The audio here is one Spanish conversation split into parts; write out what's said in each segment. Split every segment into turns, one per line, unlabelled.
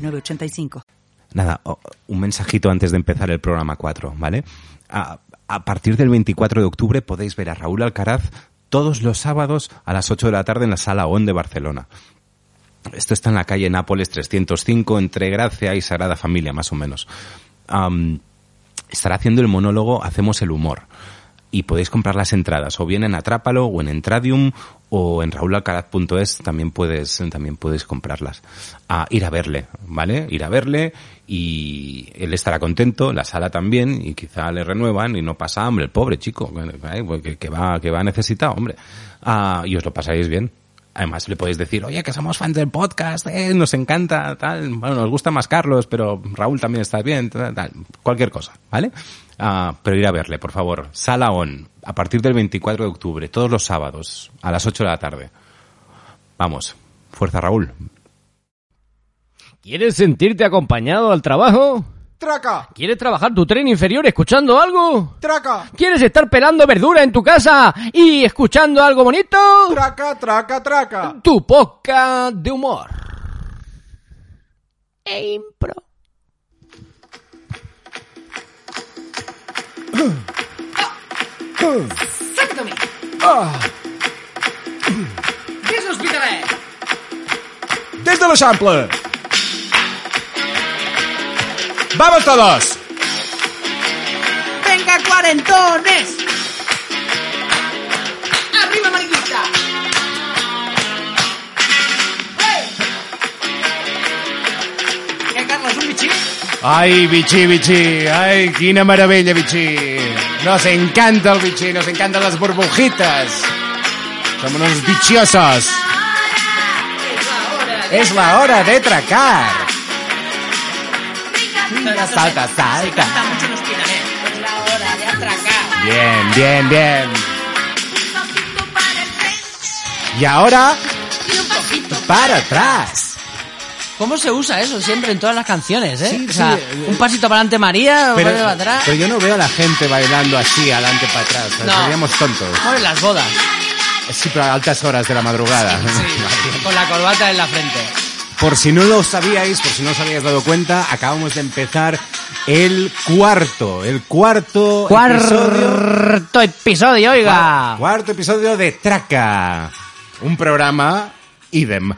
985.
Nada, oh, un mensajito antes de empezar el programa 4, ¿vale? A, a, partir del 24 de octubre podéis ver a Raúl Alcaraz todos los sábados a las 8 de la tarde en la Sala ON de Barcelona. Esto está en la calle Nápoles 305, entre Gracia y Sagrada Familia, más o menos. Um, estará haciendo el monólogo Hacemos el Humor. Y podéis comprar las entradas o bien en Atrápalo o en Entradium o en raulalcaraz.es también puedes también puedes comprarlas. A ah, ir a verle, ¿vale? Ir a verle y él estará contento, la sala también y quizá le renuevan y no pasa hambre, el pobre chico, que, que va que va necesitado, hombre. Ah, y os lo pasáis bien. Además le podéis decir, oye, que somos fans del podcast, eh, nos encanta, tal, bueno, nos gusta más Carlos, pero Raúl también está bien, tal, tal. cualquier cosa, ¿vale? Ah, pero ir a verle, por favor. Sala ON, a partir del 24 de octubre, todos los sábados, a las 8 de la tarde. Vamos, fuerza Raúl.
¿Quieres sentirte acompañado al trabajo?
¡Traca!
¿Quieres trabajar tu tren inferior escuchando algo?
¡Traca!
¿Quieres estar pelando verdura en tu casa y escuchando algo bonito?
¡Traca, traca, traca!
Tu poca de humor. E impro.
Sácame. Ah. Des de l'hospitalet.
Des de l'Eixample. Vamos todos.
Venga, cuarentones. Arriba, mariquita. ¡Hey! Mira, Carles, un bitxí.
Ai, bitxí, bitxí, ai, quina meravella, bitxí. Nos encanta el bitxí, nos encantan les burbujitas. Som uns bitxiosos. És la hora de tracar. Mira, salta, salta.
Está mucho en hospitalet. Es la hora de atracar.
¿eh? Bien, bien, bien. Y ahora, para atrás.
¿Cómo se usa eso siempre en todas las canciones, eh?
Sí,
O sea,
sí, eh,
un pasito para adelante María, un
Pero,
pasito para atrás.
pero yo no veo a la gente bailando así, adelante para atrás.
No.
Seríamos tontos.
Como en las bodas,
Sí, pero a altas horas de la madrugada.
con la corbata en la frente.
Por si no lo sabíais, por si no os habíais dado cuenta, acabamos de empezar el cuarto, el cuarto episodio,
Cuarto episodio, oiga.
cuarto episodio de Traca. Un programa idem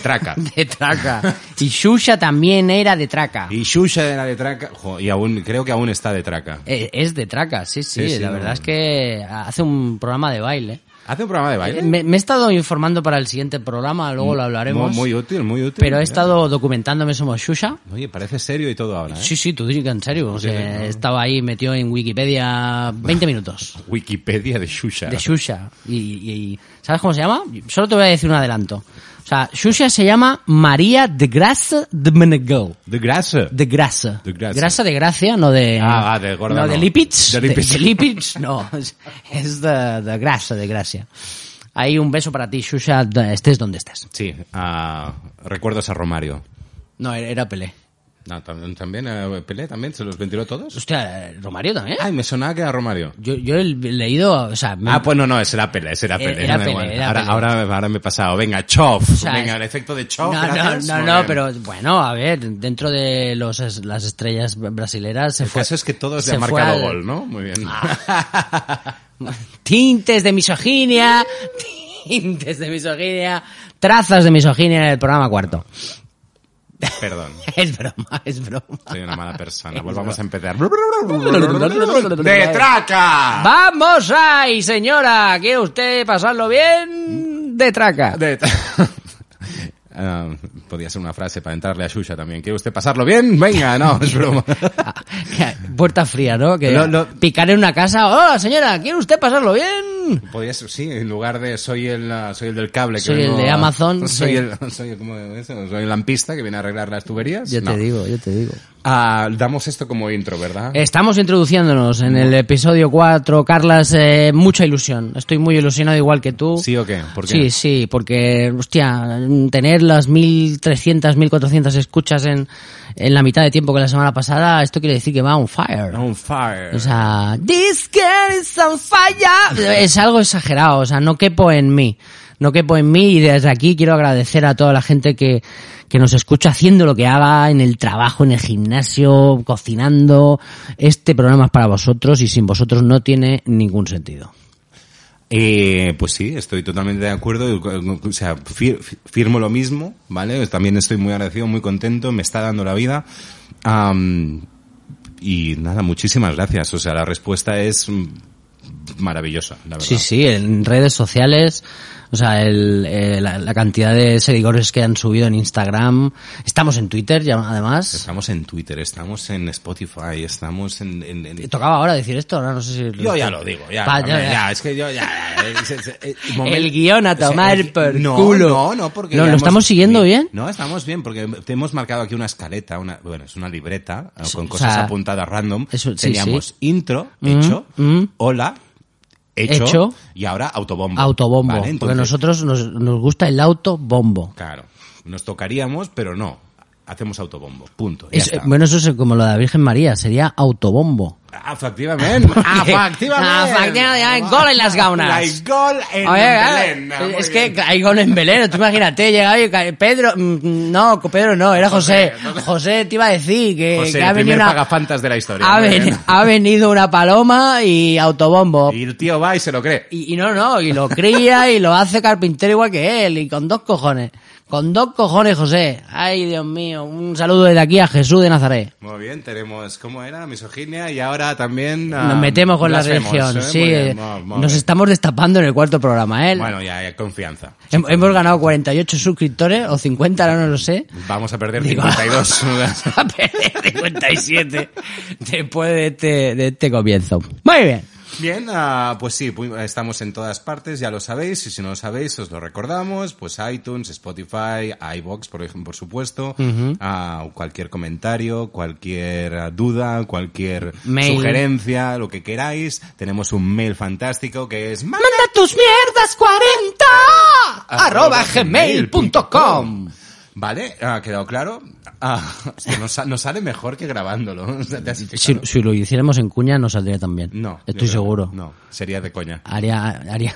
Traca.
De traca. Y Shusha también era de traca.
Y Shusha era de Traca, jo, y aún creo que aún está de Traca.
Eh, Es de traca, sí, sí.
Sí, sí,
la
no.
verdad es que hace un programa de baile.
Hace un programa de baile.
Me, me he estado informando para el siguiente programa, luego lo hablaremos.
Muy, muy útil, muy útil.
pero he estado documentándome somos Shusha.
Oye, parece serio y todo ahora, ¿eh?
Sí, sí, tú dices que en serio. o
Sí,
sea,
sí, no.
Estaba ahí metido en Wikipedia 20 minutos
Wikipedia de Shusha.
de Shusha. Y, y- y- ¿Sabes cómo se llama? Solo te voy a decir un adelanto. O sea, Shusha se llama María de Grasse de Menegel.
De Grasa.
De grasa.
De grasa.
Grasa de gracia, no de...
Ah, ah, de
no,
gorda no.
de lípids.
De lípids.
de lípids, no. Es- Es de, de grasa, de gracia. Ahí un beso para ti, Shusha, de- estés donde estés.
Sí, ah, recuerdos a Romario.
No, era- era Pelé.
No, tam- también, eh, Pelé también, ¿se los ventiló todos?
Hostia, Romario también.
Ay, me sonaba que era Romario.
Yo, yo he leído, o sea, me-
Ah, pues no, no, ese era Pelé, ese era
Eh,
Pelé.
era
no da
Pelé,
igual.
era
ahora,
Pelé.
Ahora, ahora me he pasado. Venga, chof.
sea,
Venga,
es-
el efecto de chof.
no, no,
gracias.
no,
Muy
no,
bien.
pero bueno, a ver, dentro de los, es- las estrellas brasileras se
El
fue.
caso es que todos
se
le han
fue
marcado
al- Ah.
gol, ¿no? Muy bien.
tintes de misoginia, tintes de misoginia, trazas de misoginia en el programa cuarto.
Perdón,
Es broma, es broma.
soy una mala persona. Volvamos
broma.
a empezar. ¡De traca!
Vamos ahí, señora. ¿Quiere usted pasarlo bien? De traca.
De tra-
Ah, podía ser una frase para entrarle a Xuxa también. ¿Quiere usted pasarlo bien? Venga, no, es broma.
Puerta fría, ¿no? Que
Lo- lo-
picar en una casa. Hola, señora, ¿quiere usted pasarlo bien?
Podría ser, sí, en lugar de soy el, ah, soy el del cable. que
Soy el
vengo
de
a-
Amazon,
Soy,
sí.
el, soy, el- ¿cómo es eso? Soy el lampista que viene a arreglar las tuberías.
Yo
No.
te digo, yo te digo.
Ah, damos esto como intro, ¿verdad?
Estamos introduciéndonos en el episodio 4, Carlas, eh, mucha ilusión. Estoy muy ilusionado igual que tú.
¿Sí o qué? ¿Por qué?
Sí, sí, porque, hostia, tener las 1.300, 1.400 escuchas en, en la mitad de tiempo que la semana pasada, esto quiere decir que va on fire.
On fire.
O sea, this girl is on fire. Es algo exagerado, o sea, no quepo en mí. No quepo en mí y desde aquí quiero agradecer a toda la gente que, que nos escucha haciendo lo que haga, en el trabajo, en el gimnasio, cocinando. Este programa es para vosotros y sin vosotros no tiene ningún sentido.
Eh, pues sí, estoy totalmente de acuerdo. O sea, fir- firmo lo mismo, ¿vale? También estoy muy agradecido, muy contento, me está dando la vida. Am, y nada, muchísimas gracias. O sea, la respuesta es mm, maravillosa, la verdad.
Sí, sí, en redes sociales, o sea, el, eh, la, la cantidad de seguidores que han subido en Instagram. Estamos en Twitter, ya, además.
Estamos en Twitter, estamos en Spotify, estamos en... en- en-
Tocaba ahora decir esto, ahora no sé si...
Yo ya lo digo, ya,
Pa-
ya,
ya, ya.
ya, es que yo ya... ya, es- es- es- momen-
El guión a
o sea,
tomar
el-
por
no,
culo.
No, no, porque...
No,
ya
¿lo
hemos-
estamos siguiendo bien?
No, estamos bien, porque te hemos marcado aquí una escaleta, una, bueno, es una libreta eh, con
o
cosas
sea,
apuntadas random.
eso- sí,
Teníamos
sí.
intro, hecho,
mm.
hola, hecho,
Hecho.
y ahora autobombo.
Autobombo.
Vale,
porque
entonces,
nosotros nos, nos gusta el autobombo.
Claro, nos tocaríamos, pero no. Hacemos autobombo, punto. ya
Es-
está.
bueno, eso es como lo de la Virgen María, sería autobombo. Ah,
Afectivamente. Afectivamente.
Afectivamente, hay gol en las gaunas.
Hay gol en
Oye,
Belén.
claro,
Muy
es que
bien.
hay gol en Belén, tú imagínate, llegaba y ca- Pedro, mm, no, Pedro no, era José. José te iba a decir que,
José,
Eh, que ha
Pues el
venido
primer
una,
pagafantas de la historia.
ha,
Muy
ven-
bien.
ha venido una paloma y autobombo.
Y el tío va y se lo cree.
Y, y no, no, y lo cría y lo hace carpintero igual que él, y con dos cojones. Con dos cojones, José. Ay, Dios mío, un saludo desde aquí a Jesús de Nazaret.
Muy bien, tenemos cómo era misoginia y ahora también ah,
Nos metemos con la
blasfemos,
religión,
¿eh?
sí.
Muy bien,
eh,
muy- muy
Nos
bien.
estamos destapando en el cuarto programa, ¿eh?
Bueno, ya, ya, confianza.
Hem- Hemos ganado 48 suscriptores, o 50, ahora no lo sé.
Vamos a perder
Digo-
52.
A perder 57 después de este, de este comienzo. Muy bien.
bien, ah, pues sí, pu- estamos en todas partes, ya lo sabéis, y si no lo sabéis, os lo recordamos, pues iTunes, Spotify, iBox, por ejemplo, por supuesto, Ah, cualquier comentario, cualquier ah, duda, cualquier
Mail.
sugerencia, lo que queráis, tenemos un mail fantástico que es
Manda tus mierdas 40 arroba gmail.com.
Vale, ha quedado claro. Ah, hostia, nos, sa- nos sale mejor que grabándolo. O sea, ¿te has
Si,
fijado?
si lo hiciéramos en cuña, no saldría tan bien.
No. yo
Estoy
creo-
seguro.
No, sería de coña.
Haría, haría.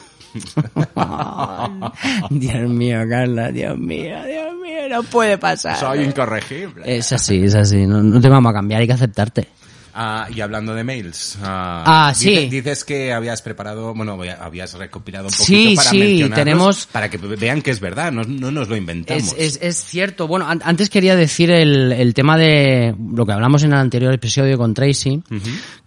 Dios mío, Carla, Dios mío, Dios mío, no puede pasar.
Soy incorregible.
Es así, es así. No, no te vamos a cambiar, hay que aceptarte.
Ah, y hablando de mails.
Ah, sí.
dice- Dices, que habías preparado, bueno, voy a- habías recopilado un poquito
Sí,
para
sí,
mencionarlos,
tenemos-
Para que vean que es verdad, no, no nos lo inventamos.
Es, es- es cierto. Bueno, an- antes quería decir el, el tema de lo que hablamos en el anterior episodio con Tracy,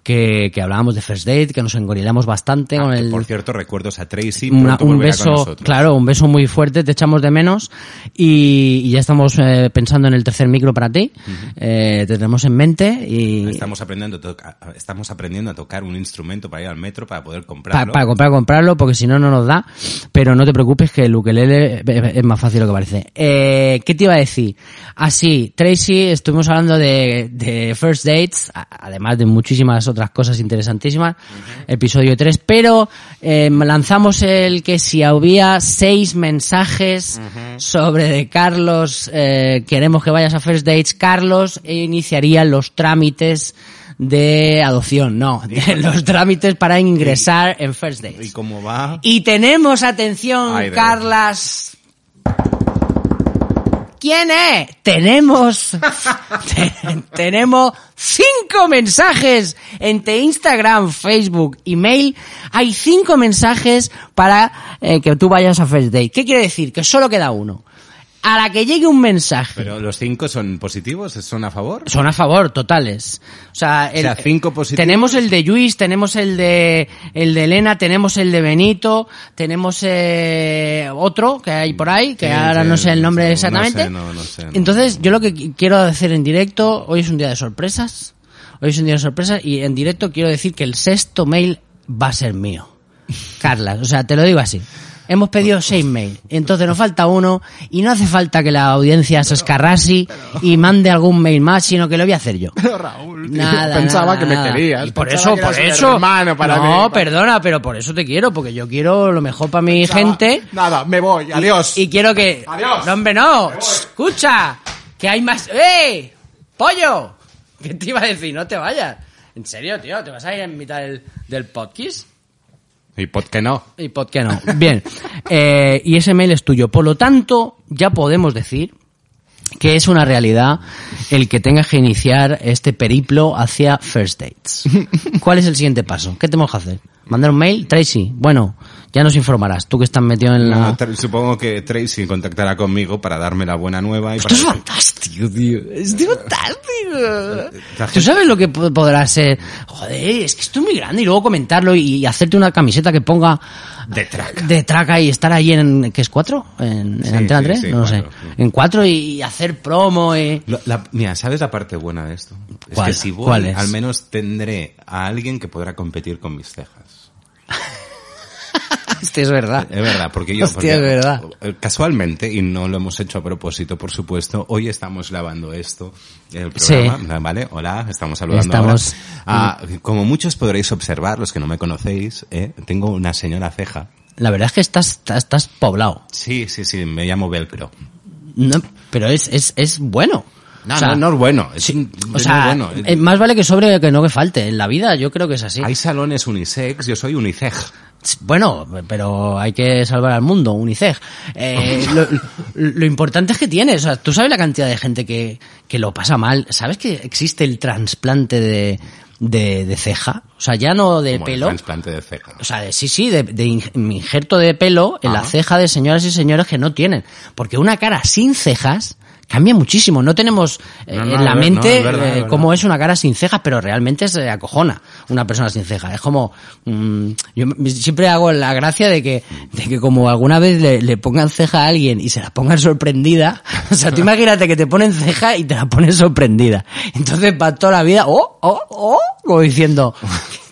que, que hablábamos de First Date, que nos engorilamos bastante
Ah,
con
que,
el...
Por cierto, recuerdos a Tracy.
una-
pronto
un
volverá con
beso,
nosotros.
claro, un beso muy fuerte, te echamos de menos y, y ya estamos eh, pensando en el tercer micro para ti, eh, te tenemos en mente y
Estamos aprendiendo, a toca- estamos aprendiendo a tocar un instrumento para ir al metro para poder
pa-
comprarlo.
para comprar, comprarlo, porque si no, no nos da, pero no te preocupes que el ukelele es es más fácil de lo que parece. Eh, ¿Qué te iba a decir? Así, Tracy, estuvimos hablando de, de First Dates, a- además de muchísimas otras cosas interesantísimas, episodio 3, pero eh, lanzamos el que si había seis mensajes sobre de Carlos, eh, queremos que vayas a First Dates, Carlos e iniciaría los trámites de adopción, no, de los trámites para ingresar en First
¿Y
Dates.
cómo va?
Y tenemos atención,
Ay, de
Carlas. ¿Quién es? Tenemos, te- tenemos cinco mensajes entre Instagram, Facebook, email. Hay cinco mensajes para eh, que tú vayas a First Date. ¿Qué quiere decir? Que solo queda uno. a la que llegue un mensaje.
Pero los cinco son positivos, son a favor.
Son a favor, totales. O sea, el-
sea, cinco positivos.
Tenemos el de Luis, tenemos el de el de Elena, tenemos el de Benito, tenemos eh, otro que hay por ahí, que
Sí,
ahora
sí,
no sé el nombre
no sé,
exactamente.
no sé, no, no sé, no.
Entonces, yo lo que qui- quiero hacer en directo, hoy es un día de sorpresas, hoy es un día de sorpresas, y en directo quiero decir que el sexto mail va a ser mío. Carlas, o sea, te lo digo así. Hemos pedido seis mails, entonces nos falta uno y no hace falta que la audiencia se escarrase y mande algún mail más, sino que lo voy a hacer yo.
Raúl, tío,
Nada,
pensaba
nada,
que me
nada.
querías.
Y por eso,
pensaba que
por
eras un
eso.
hermano para mí.
no, perdona, pero por eso te quiero, porque yo quiero lo mejor para mi
Pensaba-
gente
Nada, me voy, adiós.
y quiero que.
Adiós.
No, hombre, no. Escucha, que hay más. ¡Eh! ¡Pollo! ¿Qué te iba a decir? No te vayas. En serio, tío, ¿te vas a ir en mitad del, del podcast?
¿Y por qué no?
¿Y por qué no? Bien. Eh, y ese mail es tuyo. Por lo tanto, ya podemos decir que es una realidad el que tengas que iniciar este periplo hacia First Dates. ¿Cuál es el siguiente paso? ¿Qué tenemos que hacer? ¿Mandar un mail? Tracy, bueno, ya nos informarás. Tú que estás metido en la...
No, tra- supongo que Tracy contactará conmigo para darme la buena nueva y para...
Esto es fantástico, tío. Es fantástico.
La
¿Tú
gente-
sabes lo que po- podrá ser? Joder, es que esto es muy grande. Y luego comentarlo y, y hacerte una camiseta que ponga...
De traca.
De traca y estar ahí en... ¿Qué es? ¿Cuatro? ¿En, en
Sí,
Antena
sí,
3?
sí,
no lo sé.
cuatro, sí.
En cuatro y, y hacer promo eh. y...
Lo- la- mira, ¿sabes la parte buena de esto?
¿Cuál?
Es que si voy,
¿Cuál es?
al menos tendré a alguien que podrá competir con mis cejas.
Hostia, es verdad.
Es verdad, porque yo...
Hostia,
porque,
es verdad.
eh, Casualmente, y no lo hemos hecho a propósito, por supuesto, hoy estamos grabando esto, el programa,
Sí.
¿vale? Hola, estamos saludando
Estamos-
ahora. Ah, como muchos podréis observar, los que no me conocéis, eh, tengo una señora ceja.
La verdad es que estás, estás, estás poblado.
Sí, sí, sí, me llamo Velcro.
No, pero es, es, es bueno.
No,
O sea,
no, no es bueno. Es,
sí,
un-
o
es
sea,
muy bueno.
eh, más vale que sobre que no que falte. En la vida yo creo que es así.
Hay salones unisex, yo soy unisex.
Bueno, pero hay que salvar al mundo, UNICEF. Eh, lo, lo importante es que tienes, o sea, tú sabes la cantidad de gente que, que lo pasa mal. ¿Sabes que existe el trasplante de, de, de ceja? O sea, ya no de
Como el
pelo.
Trasplante de ceja.
O sea, de- sí, sí, de, de in- injerto de pelo en la
Ajá.
ceja de señoras y señores que no tienen. Porque una cara sin cejas cambia muchísimo. No tenemos eh,
No, no,
en la
es ver- no,
mente
es verdad,
eh,
es verdad.
cómo es una cara sin cejas, pero realmente se acojona una persona sin cejas. Es como... mm, yo me- siempre hago la gracia de que, de que como alguna vez le, le pongan ceja a alguien y se la pongan sorprendida. O sea, tú imagínate que te ponen ceja y te la ponen sorprendida. Entonces va toda la vida... ¡Oh! ¡Oh! ¡Oh! Como diciendo...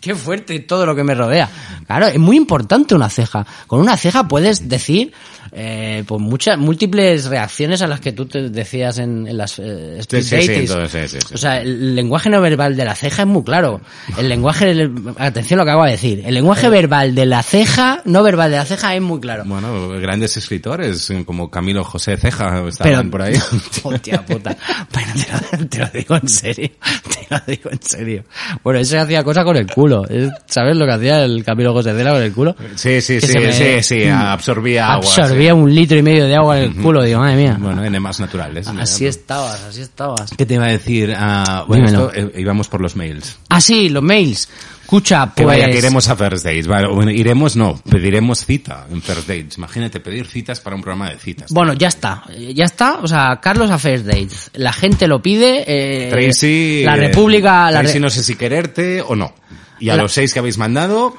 Qué fuerte todo lo que me rodea. Claro, es muy importante una ceja. Con una ceja puedes decir eh, pues muchas múltiples reacciones a las que tú te decías en, en las eh,
Sí,
speed
sí, sí,
dates.
entonces, sí, sí, sí.
O sea, el lenguaje no verbal de la ceja es muy claro. El lenguaje, del- atención lo que acabo de decir. El lenguaje verbal de la ceja, no verbal de la ceja es muy claro.
Eh. Bueno, grandes escritores eh, como Camilo José Ceja estaban
Pero,
por ahí.
Hostia puta. Pero te lo, te lo digo en serio. Te lo digo en serio. Bueno, ese hacía cosas con el culo. Es- ¿Sabes lo que hacía el Camilo José Cela con el culo?
Sí, sí, sí,
Que se me- Mm,
sí, sí, absorbía agua.
Absorbía un litro y medio de agua en el culo, digo, madre
sí.
mía.
Bueno, enemas naturales. mira.
así estabas, así estabas.
¿Qué te iba a decir? Ah, bueno,
Dímelo.
esto, eh, íbamos por los mails.
Ah, sí, los mails. Escucha,
Que
pues...
vaya, que iremos a First Dates. Vale, bueno, iremos, no, pediremos cita en First Dates. Imagínate, pedir citas para un programa de citas.
Bueno, ya está, eh, ya está. O sea, Carlos a First Dates. La gente lo pide. eh,
Tracy...
La
eh,
República... la
Tracy
re-
no sé si quererte o no. Y a
La- Ah,
los seis que habéis mandado...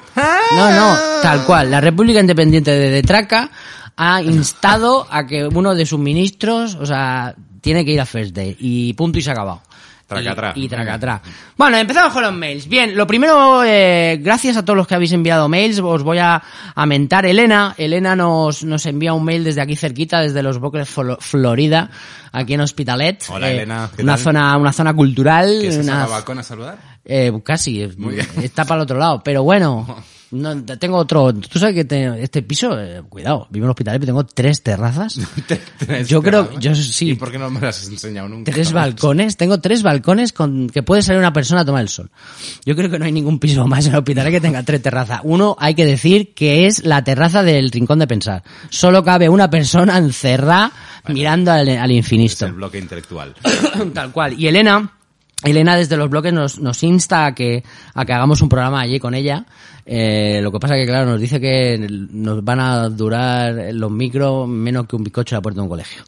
No, no, tal cual. La República Independiente de Detraca ha instado a que uno de sus ministros, o sea, tiene que ir a First Day. Y punto y se ha acabado.
Tracatrá.
Y, y tracatrá. Bueno, empezamos con los mails. Bien, lo primero, eh, gracias a todos los que habéis enviado mails, os voy a, a mentar. Elena, Elena nos, nos envía un mail desde aquí cerquita, desde los Bocles, Flo- Florida, aquí en Hospitalet. Eh,
Hola, Elena, ¿qué
Una
tal?
zona, una zona cultural.
¿Qué es eso,
una
la vacuna a saludar?
eh, casi, es-
Muy bien.
está para el otro lado, pero bueno, no, tengo otro, tú sabes que te- este piso, eh, cuidado, vivo en un hospital, pero tengo tres terrazas, yo creo, yo
Este ¿Y
sí,
por qué no me las has enseñado nunca?
tres balcones, tengo tres balcones con que puede salir una persona a tomar el sol. Yo creo que no hay ningún piso más en el hospital que tenga tres terrazas. Uno hay que decir que es la terraza del rincón de pensar. Solo cabe una persona encerrada mirando al, al
Es Este
infinito.
el bloque intelectual.
Tal cual. Y Elena Elena desde los bloques nos, nos insta a que, a que hagamos un programa allí con ella. Eh, lo que pasa que, claro, nos dice que nos van a durar los micros menos que un bizcocho a la puerta de un colegio.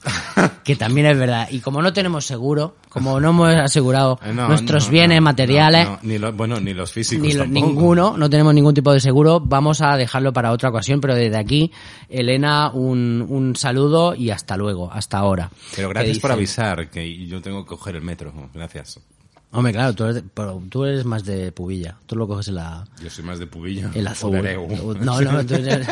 que también es verdad. Y como no tenemos seguro, como no hemos asegurado
Eh, no,
nuestros
no,
bienes
no,
materiales,
no, no, ni los- bueno, ni los físicos.
ni lo-
tampoco.
ninguno, no tenemos ningún tipo de seguro. Vamos a dejarlo para otra ocasión, pero desde aquí, Elena, un, un saludo y hasta luego, hasta ahora.
Pero
Que
gracias por
dice-
avisar, que yo tengo que coger el metro. Gracias.
Hombre, claro, tú eres, pero tú eres más de pubilla. Tú lo coges en la,
Yo soy más de pubilla.
el azul.
O de Areu.
No, no, tú eres-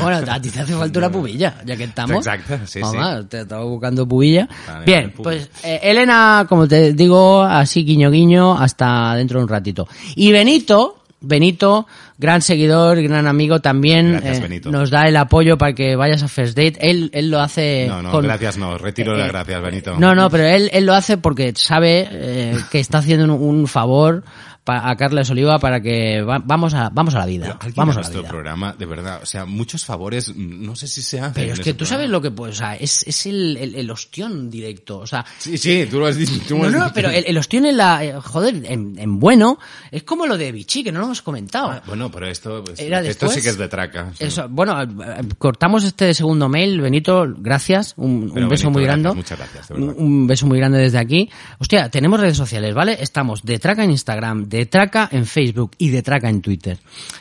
Bueno, a ti te hace falta una pubilla, ya que estamos.
Exacto, sí, sí.
Mamá, te estaba buscando pubilla.
Vale,
Bien,
vale, pub.
pues eh, Elena, como te digo, así guiño guiño, hasta dentro de un ratito. Y Benito, Benito, gran seguidor, gran amigo también, eh,
Gracias, Benito.
nos da el apoyo para que vayas a First Date. Él, él lo hace...
No, no,
con- eh,
gracias no. Retiro las gracias, Benito.
no, no, pero él, él lo hace porque sabe eh, que está haciendo un, un favor pa- a Carles Oliva para que va- vamos a vamos a la vida,
Alguien
vamos
a
a la
nuestro
vida.
programa, de verdad. O sea, muchos favores, mm, no sé si se hacen.
Pero es
en
que
ese
tú
programa.
sabes lo que pues, o sea, es, es el, el, el ostión directo, o sea,
Sí, sí, tú lo has dicho. tú lo
no,
has
no,
dicho.
pero el, el ostión en la eh, joder, en, en bueno, es como lo de Vichy que no lo hemos comentado.
Ah, Bueno, pero esto, pues,
Era
esto
después.
sí que es de traca. sí.
Eso, bueno, eh, cortamos este segundo mail, Benito, gracias, un, un
Pero, Benito,
beso muy
gracias,
grande.
muchas gracias, de
un,
verdad.
un beso muy grande desde aquí. Hostia, tenemos redes sociales, ¿vale? Estamos de traca en Instagram, de traca en Facebook y de traca en Twitter.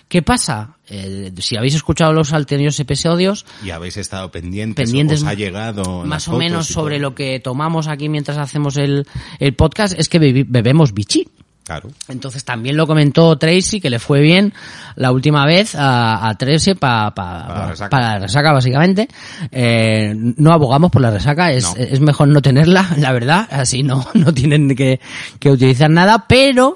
¿Qué pasa? Eh, si habéis escuchado los anteriores episodios,
Y habéis estado pendientes,
pendientes
os ha llegado
más o menos sobre lo que tomamos aquí mientras hacemos el, el podcast, es que bebi- bebemos bichí.
Claro.
Entonces también lo comentó Tracy, que le fue bien la última vez a, a Tracy pa- pa-
Para la resaca.
para la resaca, básicamente. Eh, no abogamos por la resaca, es,
No.
es mejor no tenerla, la verdad, así no, no tienen que, que utilizar nada, pero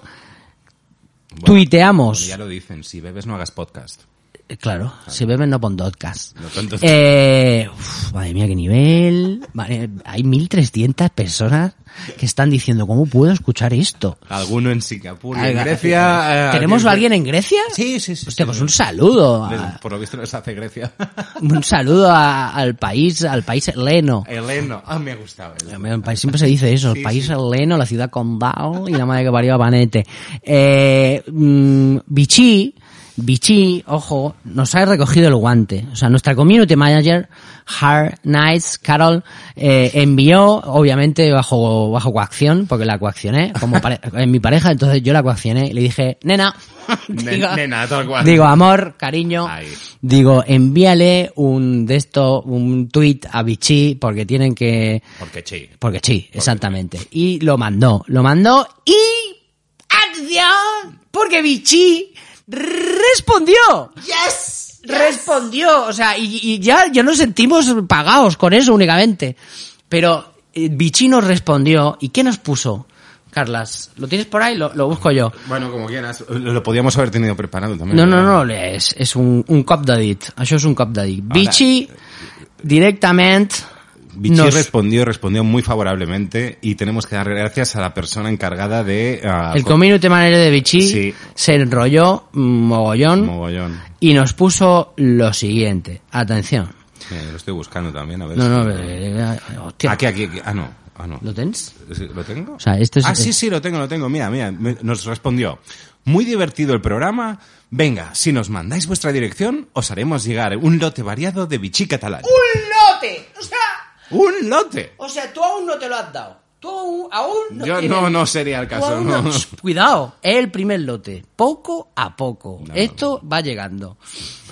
Bueno,
tuiteamos.
Ya lo dicen, si bebes no hagas podcast.
Eh, Claro, si beben no pon podcast.
No tanto.
Eh, uf, madre mía, qué nivel. Vale, hay 1.300 personas que están diciendo, ¿cómo puedo escuchar esto?
Alguno en Singapur, y
Ay,
en
ga-
Grecia. eh,
¿Tenemos a alguien en Grecia?
Sí, sí, sí.
Hostia,
sí.
pues ah. un saludo. a-
Desde- Por lo visto les hace Grecia.
un saludo a- al país, al país heleno.
Heleno. Ah, me ha gustado. Heleno.
El país siempre se dice eso, el
Sí,
país
sí.
heleno, la ciudad condado y la madre que parió a Panete. Eh, mm, Vichy, Vichy, ojo, nos ha recogido el guante. O sea, nuestra community manager, Hard Nights, Carol, eh, envió, obviamente, bajo, bajo coacción, porque la coaccioné, como pare- en mi pareja, entonces yo la coaccioné y le dije, nena,
Nen- nena, tal cual.
digo, amor, cariño,
Ahí.
digo, envíale un de esto, un tweet a Vichy, porque tienen que,
Porque sí.
porque sí, exactamente. Y lo mandó, lo mandó y acción, porque Vichy respondió. Yes. Respondió, o sea, y, y ya, ya nos sentimos pagados con eso únicamente. Pero eh, Vichy nos respondió y ¿qué nos puso? Carlas, ¿lo tienes por ahí? Lo, lo busco yo.
Bueno, como quieras. Lo, lo podíamos haber tenido preparado también.
No, no, no, es, és un, un cop de dit. Això és un cop de dit. Vichy
eh,
directamente
Vichy
nos-
respondió, respondió muy favorablemente y tenemos que dar gracias a la persona encargada de... ah,
El
co-
community manager de Vichy
Sí.
se enrolló mogollón
Mogollón.
y nos puso lo siguiente. Atención.
Eh, lo estoy buscando también, a ver.
No,
si-
no, eh, eh, hostia.
Pues Aquí, aquí, aquí. Ah, no. Ah, no.
¿Lo tens?
Sí, ¿Lo tengo?
O sea, esto es-
ah, sí, sí, lo tengo, lo tengo. Mira, mira, me- nos respondió. Muy divertido el programa. Venga, si nos mandáis vuestra dirección, os haremos llegar un lote variado de bichí catalán.
¡Un lote! O sea,
¡Un lote!
O sea, tú aún no te lo has dado. Tú aún,
Yo no, no sería el caso,
Guau, no,
no.
ch, Cuidado, es el primer lote, poco a poco.
No.
Esto va llegando.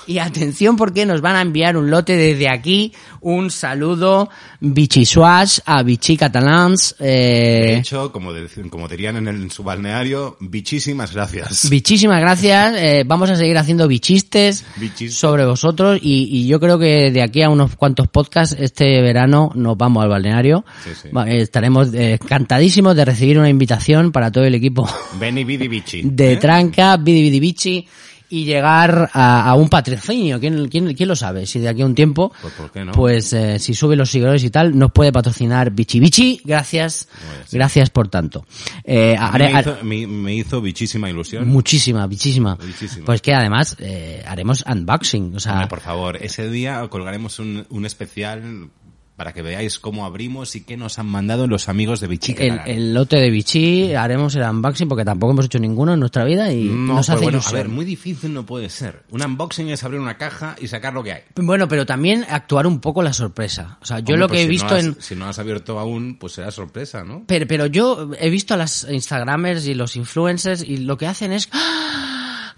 Y atención porque nos van a enviar un lote desde aquí, un saludo bichisuas a bichi catalans,
De
eh,
hecho, como, de- como dirían en, el- en su balneario, bichísimas gracias.
Bichísimas gracias. eh, vamos a seguir haciendo bichistes
Bichistes.
sobre vosotros y, y yo creo que de aquí a unos cuantos podcasts este verano nos vamos al balneario.
Sí, sí.
Va- eh, Estaremos eh, encantadísimos de recibir una invitación para todo el equipo
Benny Bidi Bichi.
de
¿eh?
tranca, bidi bidi bichi y llegar a, a un patrocinio. ¿Quién, quién, quién lo sabe? Si de aquí a un tiempo,
Pues, ¿por qué no?
pues, eh, si sube los seguidores y tal, nos puede patrocinar bichi bichi. Gracias,
Bueno, sí.
gracias por tanto. Eh,
A mí
haré-
me,
haré-
hizo, me- me hizo bichísima ilusión.
Muchísima, muchísima.
Muchísima.
Pues que además eh, haremos unboxing, o sea,
Hombre, por favor, ese día colgaremos un, un especial para que veáis cómo abrimos y qué nos han mandado los amigos de Bichica.
El, el lote de Vichy, haremos el unboxing porque tampoco hemos hecho ninguno en nuestra vida y
No,
nos
pero Mm,
hace
pues bueno, a
ilusión.
ver, muy difícil no puede ser. Un unboxing es abrir una caja y sacar lo que hay.
Bueno, pero también actuar un poco la sorpresa. O sea, yo
Hombre,
lo
pues
que he
si no
visto
has-
en...
Si no has abierto aún, pues será sorpresa, ¿no?
Pero, pero yo he visto a las Instagramers y los influencers y lo que hacen es ¡ah!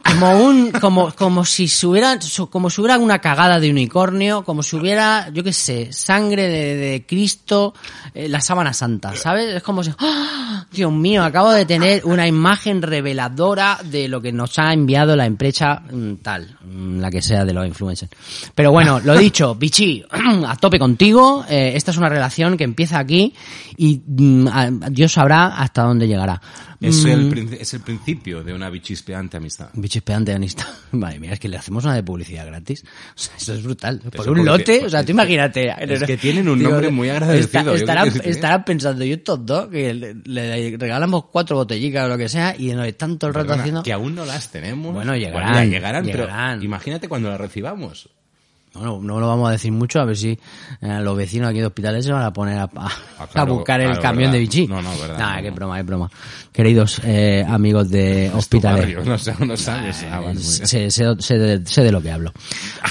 como un como como si subieran su- como si hubiera una cagada de unicornio como si hubiera yo qué sé sangre de, de Cristo eh, la sábana santa sabes es como si ¡ah! Dios mío acabo de tener una imagen reveladora de lo que nos ha enviado la empresa mm, tal mm, la que sea de los influencers pero bueno lo dicho bichi a tope contigo eh, esta es una relación que empieza aquí y mm, a- Dios sabrá hasta dónde llegará
Es,
Mm,
el, prin- es el principio de una bichispeante amistad.
Bicho pedante anista. Madre mía, es que le hacemos una de publicidad gratis. O sea, eso es brutal. Por
Eso
un
porque-
lote,
pues
o sea,
es
tú
que-
imagínate.
es que tienen un nombre muy agradecido, yo
estarán,
creo que sí.
estarán pensando, yo estos dos, que le, le regalamos cuatro botellicas o lo que sea, y nos están todo el rato
Perdona,
haciendo.
Que aún no las tenemos.
Bueno, llegarán,
mira, llegarán,
llegarán.
pero imagínate cuando las recibamos.
No, no, no lo vamos a decir mucho, a ver si eh, los vecinos aquí de hospitales se van a poner a, a-
Ah, claro,
a buscar el
claro,
camión
verdad.
de bichí.
No, no, verdad,
Nah,
no,
qué
no.
broma, qué broma. Queridos eh, amigos de
Tu
hospitales.
barrio, no, sé- no sabes. Ah, vale, muy bien.
sé, sé- sé de, sé de lo que hablo.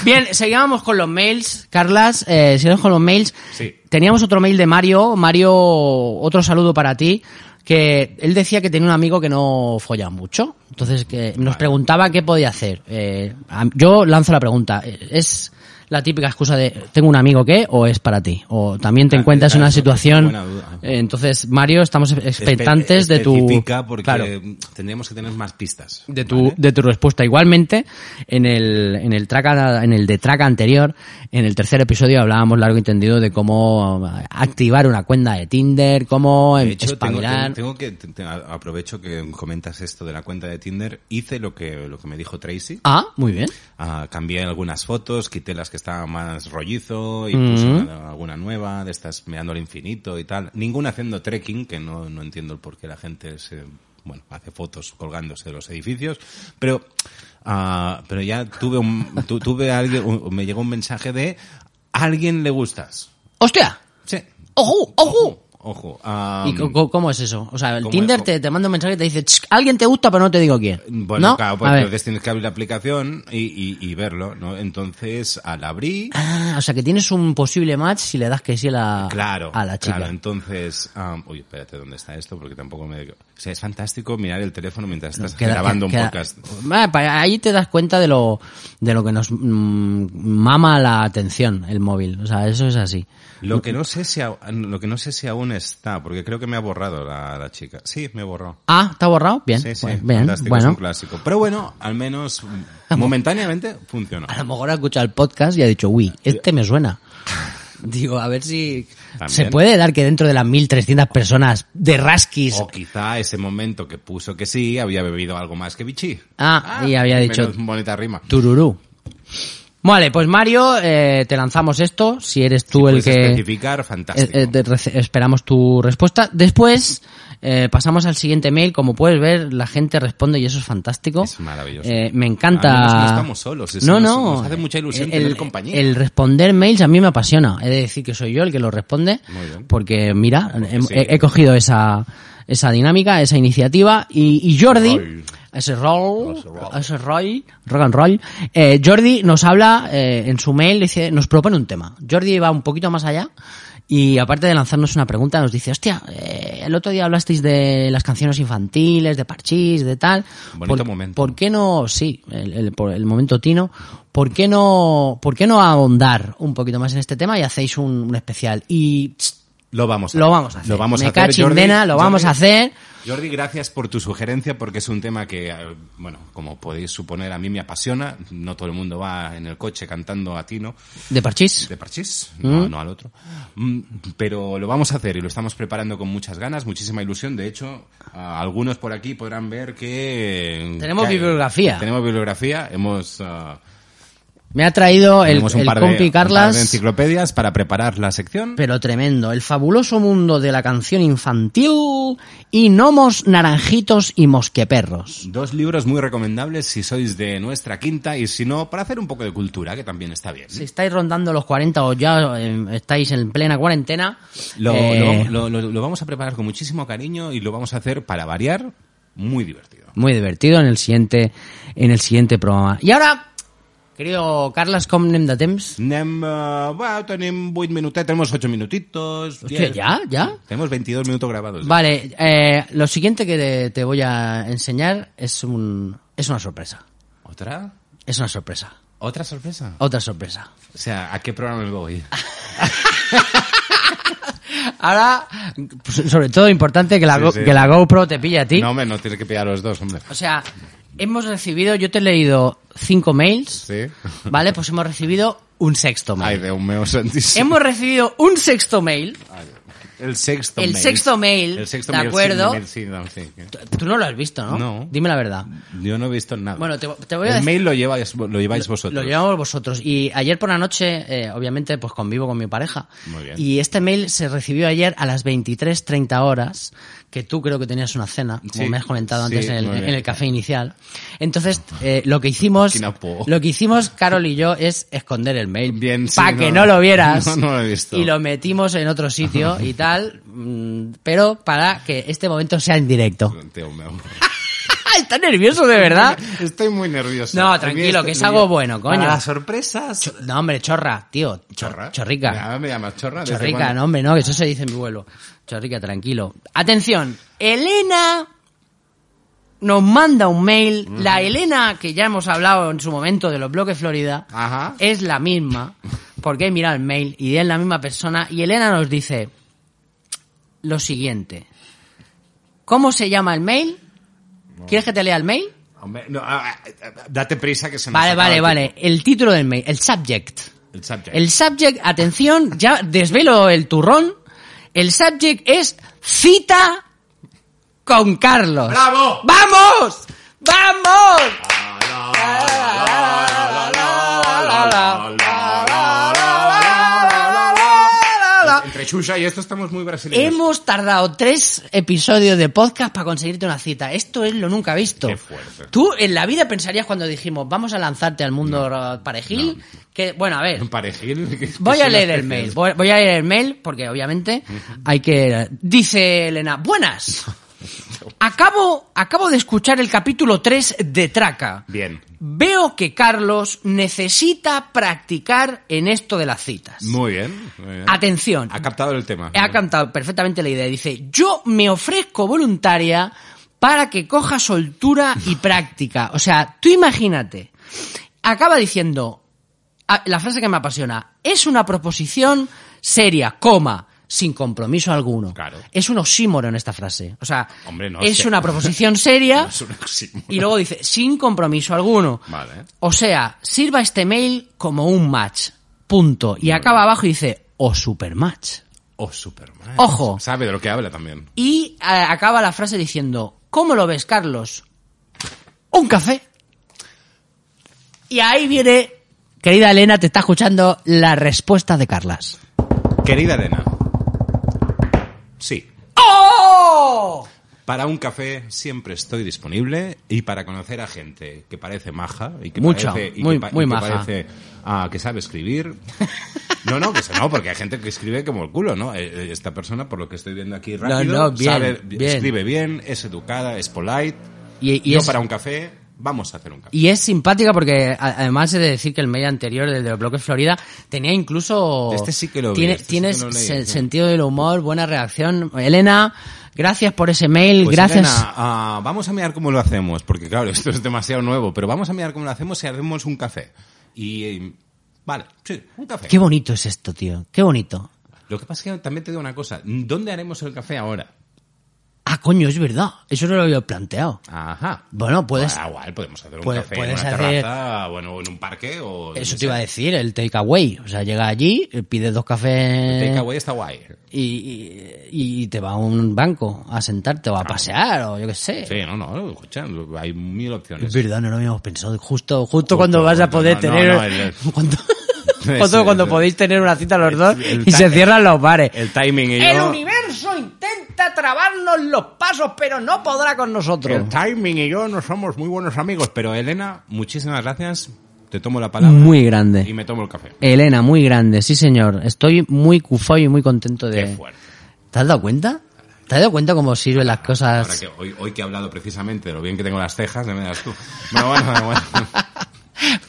Bien, seguíamos con los mails. Carlas, eh, seguimos con los mails.
Sí.
Teníamos otro mail de Mario. Mario, otro saludo para ti. Que él decía que tenía un amigo que no folla mucho. Entonces, que nos preguntaba qué podía hacer. Eh, a- yo lanzo la pregunta. Eh, ¿Es la típica excusa de tengo un amigo que o es para ti? O también te
Ah,
encuentras en
claro,
una
eso es una
situación.
buena duda.
Eh, entonces, Mario, estamos expectantes de tu.
Especifica porque
Claro
tendríamos que tener más pistas.
de tu, de tu respuesta. Igualmente, en el, en el track, en el de track anterior, en el tercer episodio hablábamos largo y tendido de cómo activar una cuenta de Tinder, cómo em,
De hecho, tengo,
espabilar.
tengo- tengo que te- te- a- aprovecho que comentas esto de la cuenta de Tinder. Hice lo que lo que me dijo Tracy.
Ah, muy bien.
Ah, cambié algunas fotos, quité las que estaban más rollizo y puse una- alguna nueva de estas mirando al infinito y tal. Ninguna haciendo trekking, que no, no entiendo el por qué la gente se, bueno, hace fotos colgándose de los edificios, pero, ah, pero ya tuve un, tu- tuve a alguien, un- me llegó un mensaje de, ¿a alguien le gustas?
¡Hostia!
Sí.
¡Ojo! ¡Ojo!
Ojo. ah,
¿Y co- co- cómo, es eso? O sea, el
¿cómo-
Tinder
cómo-
te, te manda un mensaje y te dice, "Ch, alguien te gusta, pero no te digo quién.
Bueno,
¿No?
claro,
A
pues
ver.
entonces tienes que abrir la aplicación y, y- y verlo, ¿no? Entonces, al abrir,
Ah, o sea, que tienes un posible match si le das que sí a la,
claro,
a la chica.
claro, entonces, am, uy, espérate, ¿dónde está esto? Porque tampoco me... O sea, es fantástico mirar el teléfono mientras estás
Queda-
grabando
queda-
un podcast.
Ah, pa- Ahí te das cuenta de lo, de lo que nos mm, mama la atención el móvil. O sea, eso es así.
Lo que no sé si, a- lo que no sé si aún está, porque creo que me ha borrado la, la chica. Sí, me borró.
Ah, ¿está borrado? Bien.
Sí, sí,
pues, bien,
fantástico, es un
Bueno,
clásico. Pero bueno, al menos momentáneamente funcionó.
a lo mejor ha escuchado el podcast y ha dicho, uy, este me suena. Digo, a ver si...
También.
¿Se puede dar que dentro de las 1.300 personas de Raskis...
O quizá ese momento que puso que sí había bebido algo más que bichí.
Ah, y había dicho...
menos bonita rima.
Tururú. Vale, pues Mario, eh, te lanzamos esto. Si eres tú
Si
el
puedes
que...
especificar, fantástico.
Eh, eh, de- rece- esperamos tu respuesta. Después eh, pasamos al siguiente mail. Como puedes ver, la gente responde y eso es fantástico.
Es maravilloso.
Eh, me encanta.
Al menos no estamos solos, eso
no,
nos-
no.
nos hace mucha ilusión
el,
tener compañía.
El responder mails a mí me apasiona. He de decir que soy yo el que lo responde.
Muy bien.
Porque mira, he,
sí.
he- he cogido esa, esa dinámica, esa iniciativa. Y, y Jordi.
Roy.
Ese rol, ese Roy, rock and roll. Eh, Jordi nos habla eh, en su mail, dice, nos propone un tema. Jordi va un poquito más allá y aparte de lanzarnos una pregunta nos dice, hostia, eh, el otro día hablasteis de las canciones infantiles, de parchís, de tal.
Bonito
¿Por-
momento.
¿Por qué no, sí, el, el- por el momento tino, ¿por qué no, por qué no ahondar un poquito más en este tema y hacéis un, un especial? Y tss,
Lo vamos a
lo
hacer.
vamos a hacer.
Lo vamos
Me
a hacer,
cachis,
Jordi.
nena, lo vamos
Jordi,
a hacer.
Jordi, gracias por tu sugerencia porque es un tema que, eh, bueno, como podéis suponer, a mí me apasiona. No todo el mundo va en el coche cantando a Tino
De parchís.
de Parchís, no, no al otro. Mm, Pero lo vamos a hacer y lo estamos preparando con muchas ganas, muchísima ilusión. De hecho, a- algunos por aquí podrán ver que... eh,
Tenemos
que hay-
bibliografía.
Tenemos bibliografía, hemos... ah,
Me ha traído el,
Tenemos un
el
par de-
compi
un par de
Carlas,
enciclopedias para preparar la sección.
pero tremendo. El fabuloso mundo de la canción infantil y gnomos, naranjitos y mosqueperros.
Dos libros muy recomendables si sois de nuestra quinta y si no, para hacer un poco de cultura, que también está bien.
Si estáis rondando los 40 o ya eh, estáis en plena cuarentena,
Lo,
eh,
lo- lo- lo- lo vamos a preparar con muchísimo cariño y lo vamos a hacer para variar muy divertido.
muy divertido en el siguiente en el siguiente programa. Y ahora, querido Carlas, com anem de temps?
Anem, eh, va, tenim vuit minutets, tenemos 8 minutitos.
Hòstia,
diez.
ja? Ja?
Tenemos 22 minutos grabados.
Vale, eh, lo siguiente que te, te voy a enseñar es un es una sorpresa.
¿Otra?
Es una sorpresa.
¿Otra sorpresa?
Otra sorpresa.
O sea, ¿a qué programa me voy?
Ahora, pues, sobre todo importante que la,
Sí,
Go-
sí.
que la GoPro te pille a ti.
No, hombre, no tienes que pillar a los dos, hombre.
O sea, hemos recibido, yo te he leído cinco mails,
Sí.
¿vale? Pues hemos recibido un sexto
Ay,
mail.
de un meo santísimo.
hemos recibido un sexto mail.
El sexto
El
mail.
sexto mail,
El sexto
de
mail, sí,
acuerdo.
mail, sí, no, sí.
Tú no lo has visto, ¿no?
No.
Dime la verdad.
Yo no he visto nada.
Bueno, te, te voy a
el
decir...
mail lo lleváis, Pues lo lleváis vosotros.
Lo llevamos vosotros. Y ayer por la noche, eh, obviamente, pues convivo con mi pareja.
Muy bien.
Y este mail se recibió ayer a las 23.30 horas, que tú creo que tenías una cena, como
Sí,
me has comentado
sí,
antes en el,
muy bien.
en el café inicial. Entonces, eh, lo que hicimos,
Quina por.
lo que hicimos Carol y yo es esconder el mail.
Bien, sí,
Para
no,
que
no.
no, lo vieras.
No, no lo he visto.
Y lo metimos en otro sitio y tal, mm, pero para que este momento sea en directo.
Teo meu.
¡Ah, está nervioso de verdad!
Estoy muy nervioso. este
No, tranquilo, que es algo bueno, coño.
Para las sorpresas.
No, hombre, chorra, tío.
¿Chorra?
Chorrica.
Ah, me llamas chorra. ¿Desde
Chorrica,
cuándo?
no, hombre, no, que eso se dice en mi vuelo. Chorrica, tranquilo. Atención, Elena nos manda un mail. La Elena que ya hemos hablado en su momento de los bloques Florida
Ajá.
es la misma, porque he mirado el mail y es la misma persona. Y Elena nos dice lo siguiente: ¿Cómo se llama el mail? ¿Quieres que te lea el mail?
Hombre, no, ah, ah, ah, date prisa que se nos
Vale,
acaba
vale,
el
vale. El título del mail, el subject.
tiempo. El subject.
El subject, atención, ya desvelo el turrón. El subject es cita con Carlos.
¡Bravo!
¡Vamos! ¡Vamos!
Entre Xuxa y esto estamos muy brasileños.
Hemos tardado tres episodios de podcast para conseguirte una cita. Esto es lo nunca visto.
Qué fuerte.
Tú en la vida pensarías cuando dijimos vamos a lanzarte al mundo eh, parejil, que bueno, a ver,
Un parejil. que- que
Voy a
son
leer
las
el mail.
especies.
Voy, voy a leer el mail porque obviamente hay que. Dice Elena, buenas. Acabo, acabo de escuchar el capítulo 3 de Traca.
Bien.
Veo que Carlos necesita practicar en esto de las citas.
Muy bien. muy bien.
Atención.
Ha captado el tema.
He cantado perfectamente la idea. Dice, yo me ofrezco voluntaria para que coja soltura y práctica. O sea, tú imagínate. Acaba diciendo, a- la frase que me apasiona, es una proposición seria, coma, sin compromiso alguno.
Claro.
Es un oxímoron esta frase. O sea,
Hombre, no,
es
sí.
una proposición seria
Es un oxímoron.
y luego dice, sin compromiso alguno.
Vale.
O sea, sirva este mail como un match. Punto. Y acaba abajo y dice, o supermatch.
Oh, Superman.
Ojo.
Sabe de lo que habla también.
Y eh, acaba la frase diciendo, ¿cómo lo ves, Carlos? Un café. Y ahí viene, querida Elena, te está escuchando la respuesta de Carlas.
Querida Elena. Sí.
¡Oh!
Para un café siempre estoy disponible y para conocer a gente que parece maja y que
Mucho,
parece y
muy-
que, pa-
muy
y que
maja.
parece, ah, que sabe escribir. No, no, que se- no, porque hay gente que escribe como el culo, ¿no? Eh, eh, Esta persona, por lo que estoy viendo aquí rápido,
no, bien,
sabe-
bien.
escribe bien, es educada, es polite.
Y, y
Yo
es,
para un café, vamos a hacer un café.
y es simpática porque a- además he de decir que el mail anterior, del de los bloques Florida, tenía incluso...
Este sí que lo vi,
tiene-
este sí
Tienes
que lo leí,
se-
sí.
sentido del humor, buena reacción. Elena, gracias por ese mail,
Pues,
gracias...
Elena, ah, vamos a mirar cómo lo hacemos, porque claro, esto es demasiado nuevo, pero vamos a mirar cómo lo hacemos si hacemos un café. Y eh, vale, sí, un café.
Qué bonito es esto, tío. Qué bonito.
Lo que pasa es que también te digo una cosa. ¿Dónde haremos el café ahora?
Ah, Ah, coño, es verdad. Eso no lo había planteado.
Ajá.
Bueno, puedes...
Ah, igual, podemos hacer un
Puede-
café en
puedes
una
hacer-
terraza, bueno, en un parque o... donde
Eso te
sea.
iba a decir, el takeaway. O sea, llega allí, eh, pides dos cafés...
Takeaway está guay.
y, y- y te va a un banco a sentarte o a pasear o yo qué sé.
Ah. Sí, no, no, escucha, hay mil opciones.
Es verdad, no lo habíamos pensado. Justo, justo, cuando vas a
cuando-
poder
no,
tener...
no, el-
cuando
Ese-
justo cuando podéis tener una cita los dos
el
y
ta-
se cierran los bares.
El timing y
El
yo...
universo intenta trabarnos los pasos, pero no podrá con nosotros.
El timing y yo no somos muy buenos amigos, pero Elena, muchísimas gracias. Te tomo la palabra
Muy
y
grande.
me tomo el café.
Elena, muy grande, sí señor. Estoy muy cufado y muy contento
Qué
de...
fuerte.
¿Te has dado cuenta? ¿Te has dado cuenta cómo sirven las
Ahora
cosas?
que hoy, hoy que he hablado precisamente de lo bien que tengo las cejas, no me das tú. Bueno, bueno, bueno, bueno.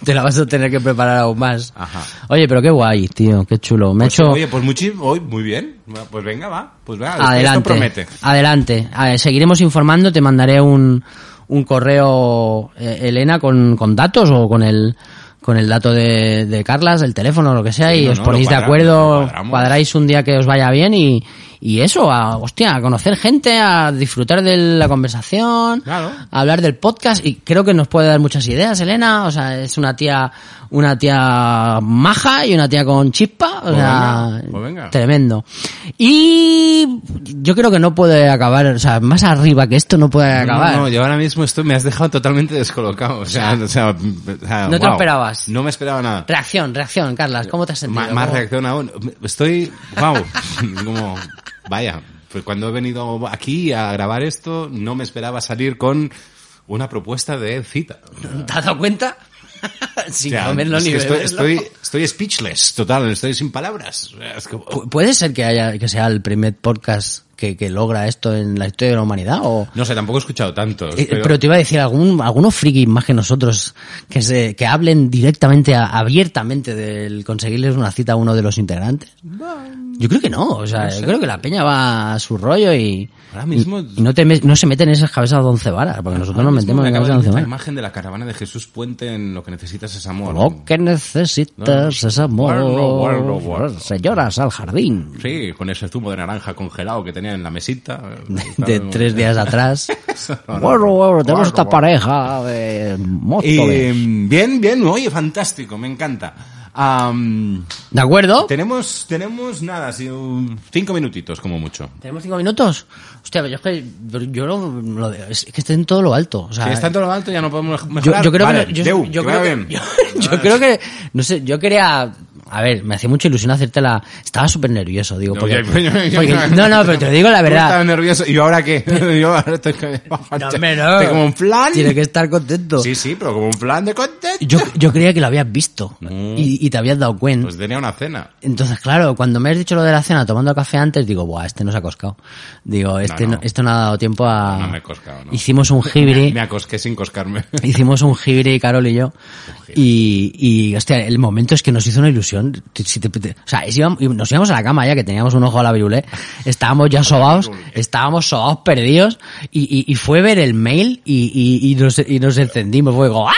Te la vas a tener que preparar aún más.
Ajá.
Oye, pero qué guay, tío, qué chulo. Me ha
Pues,
hecho...
Oye, pues muchi- hoy, muy bien. Bueno, Pues venga, va. Pues va.
Adelante.
Esto promete.
Adelante. A ver, seguiremos informando. Te mandaré un, un correo, eh, Elena, con, con datos o con el con el dato de, de Carlas, el teléfono, lo que sea,
Sí,
y
no,
os
no,
ponéis
lo
de
cuadramos, lo
acuerdo,
cuadramos.
cuadráis un día que os vaya bien y, y eso, a, hostia, a conocer gente, a disfrutar de la conversación,
Claro.
a hablar del podcast y creo que nos puede dar muchas ideas, Elena, o sea, es una tía, una tía maja y una tía con chispa, o
Pues
sea,
venga, pues venga.
Tremendo. Y yo creo que no puede acabar, o sea, más arriba que esto no puede acabar.
No, no, yo ahora mismo esto me has dejado totalmente descolocado. O sea, o sea, o sea,
No te lo
wow.
esperabas.
No me esperaba nada.
Reacción, reacción, Carlas, ¿cómo te has sentido?
Ma- más
¿Cómo?
reacción aún. Estoy, wow, como, vaya, pues cuando he venido aquí a grabar esto, no me esperaba salir con una propuesta de cita.
¿Te has dado cuenta? Sin
O sea,
comerlo
es
ni
que estoy,
beberlo.
estoy, estoy speechless, total, estoy sin palabras. Es que-
Pu- ¿Puede ser que haya, que sea el primer podcast que, que logra esto en la historia de la humanidad? O,
no sé, tampoco he escuchado tanto.
Eh, pero, te iba a decir, algún, algunos frikis más que nosotros que se, que hablen directamente, a- abiertamente del conseguirles una cita a uno de los integrantes. Yo creo que no, o sea, yo creo que la peña va a su rollo y,
Ahora mismo-
y- y no, te me- no se meten en esas cabezas de once varas, porque nosotros nos metemos
Ah, me
en ¿eh?
acaba
cabezas
de
de once
venir la
varas.
imagen de la caravana de Jesús Puente en Lo que necesitas es amor.
Lo que necesitas es amor,
Bueno, bueno, bueno.
señoras al jardín.
Sí, con ese zumo de naranja congelado que tenía en la mesita.
De tres días atrás. bueno, bueno, tenemos esta pareja de motos.
Eh, bien, bien, oye, fantástico, me encanta. Am,
¿De acuerdo?
tenemos, tenemos nada, así, un- cinco minutitos como mucho.
¿Tenemos cinco minutos? Hostia, pero yo es que, pero yo lo, lo de- es que está en todo lo alto. O sea,
Si está en todo lo alto, ya no podemos mej-
yo,
mejorar.
yo creo
Vale,
que, no- yo,
Deu,
yo
que
creo
vaya
que-
bien.
yo- yo creo que, no sé, yo quería, a ver, me hacía mucha ilusión hacerte la, estaba súper nervioso, digo,
No,
porque-
ya, coño, yo-
porque- no, no, pero te digo la
Tú Estaba
verdad.
nervioso. ¿Y ahora qué? Yo ahora estoy,
No, hombre, no.
estoy como un plan.
Tiene que estar contento.
Sí, sí, pero como un plan de contento.
Yo, yo creía que lo habías visto y, y te habías dado cuenta.
Pues tenía una cena.
Entonces, claro, cuando me has dicho lo de la cena tomando café antes, digo, buah, este nos ha coscado. Digo, este
no.
no- esto no ha dado tiempo a...
No me he coscado, no.
Hicimos un jibri.
Me acosqué sin coscarme.
Hicimos un jibre, Carol y yo. Y, y, hostia, el momento es que nos hizo una ilusión. Si te- te- o sea, es- íbamos- nos íbamos a la cama ya, que teníamos un ojo a la virulé. Estábamos ya sobados, estábamos sobados perdidos. Y, y, y fue ver el mail y, y, y, nos, y nos encendimos. Fue como, ¡ah!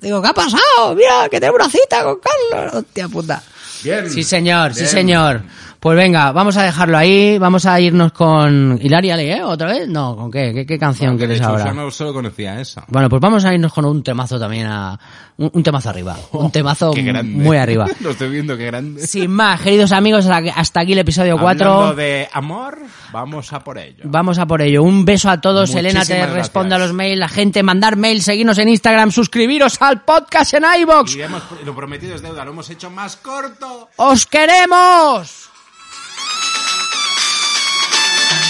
Digo, ¿qué ha pasado? Mira, que tengo una cita con Carlos. Hostia puta.
Bien.
Sí, señor, sí,
Bien.
señor. Pues venga, vamos a dejarlo ahí. Vamos a irnos con Hilaria Lee, ¿eh? ¿Otra vez? No, ¿con qué? ¿Qué, qué canción
De
quieres
hecho,
ahora?
Yo no solo conocía esa.
Bueno, pues vamos a irnos con un temazo también a... Un, un temazo arriba. Un temazo
Oh, Qué grande.
muy arriba.
Lo estoy viendo, qué grande.
Sin más, queridos amigos, hasta hasta aquí el episodio 4.
Hablando de amor, vamos a por ello.
Vamos a por ello. Un beso a todos. Elena te
Muchísimas
responde a
gracias.
los mails. La gente, mandar mails, seguirnos en Instagram, suscribiros al podcast en iVoox.
Y hemos- lo prometido es deuda, lo hemos hecho más corto.
¡Os queremos!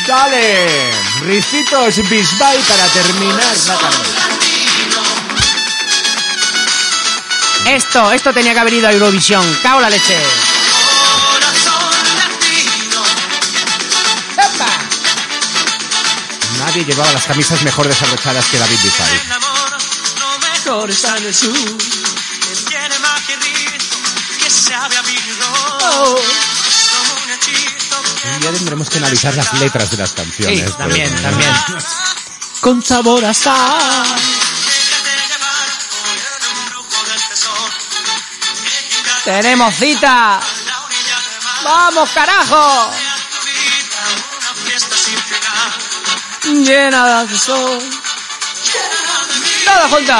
Dale, ricitos bisbal para terminar la tarde.
Esto, esto tenía que haber ido a Eurovisión. Cago en la leche.
Nadie llevaba las camisas mejor desabrochadas que David Bisbal.
tiene magia y ritmo que sabe a birro. Como un hechizo que
Un día tendremos que analizar las letras de las canciones.
Sí,
pero-
también, también. Con sabor a sal.
déjate llevar por el embrujo del tesoro. Dedicar
Tenemos cita.
la orilla de mar
¡Vamos, carajo!
a tu vida una fiesta sin final.
llena de sol. Toda junta.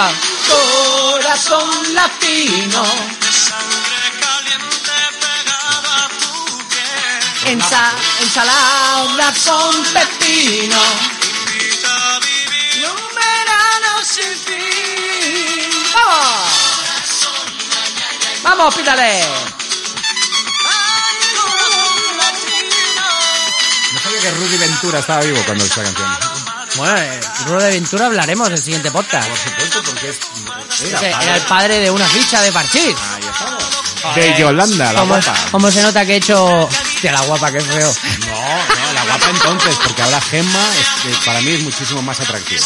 Corazón latino
de sangre caliente pegada a tu piel.
ensa- ensalada con pepino.
Invita a vivir
Y un verano sin fin. ¡Vamos! ¡Vamos, pídale!
No sabía que Rudy Ventura estaba vivo cuando esta canción.
Bueno, eh, Rulo de Ventura hablaremos en el siguiente podcast.
Supuesto porque es...
Ese Era el padre de una ficha de parchís.
De Yolanda, la
¿Cómo,
guapa.
cómo se nota que he hecho... Hostia, la guapa, qué feo.
No, no, la guapa entonces, porque ahora Gemma es- eh, para mí es muchísimo más atractiva.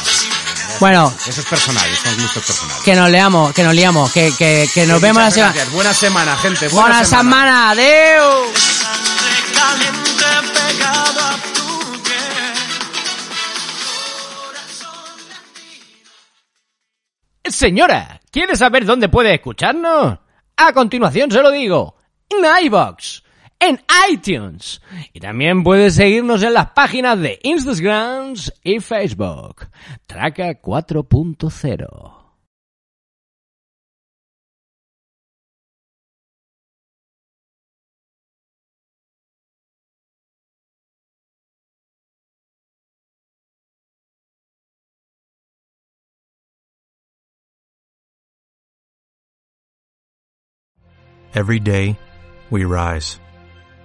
Bueno,
Eso es personal, son gustos personales.
que nos leamos, que nos liamos, que, que, que nos vemos la
Muchas
semana...
gracias. Buena semana, gente. Buena,
Buena semana, adiós.
sangre caliente pegada a tu piel.
Señora, ¿quiere saber dónde puede escucharnos? A continuación se lo digo. En iBox, en iTunes. Y también puede seguirnos en las páginas de Instagram y Facebook. Traca 4.0.
Every day, we rise,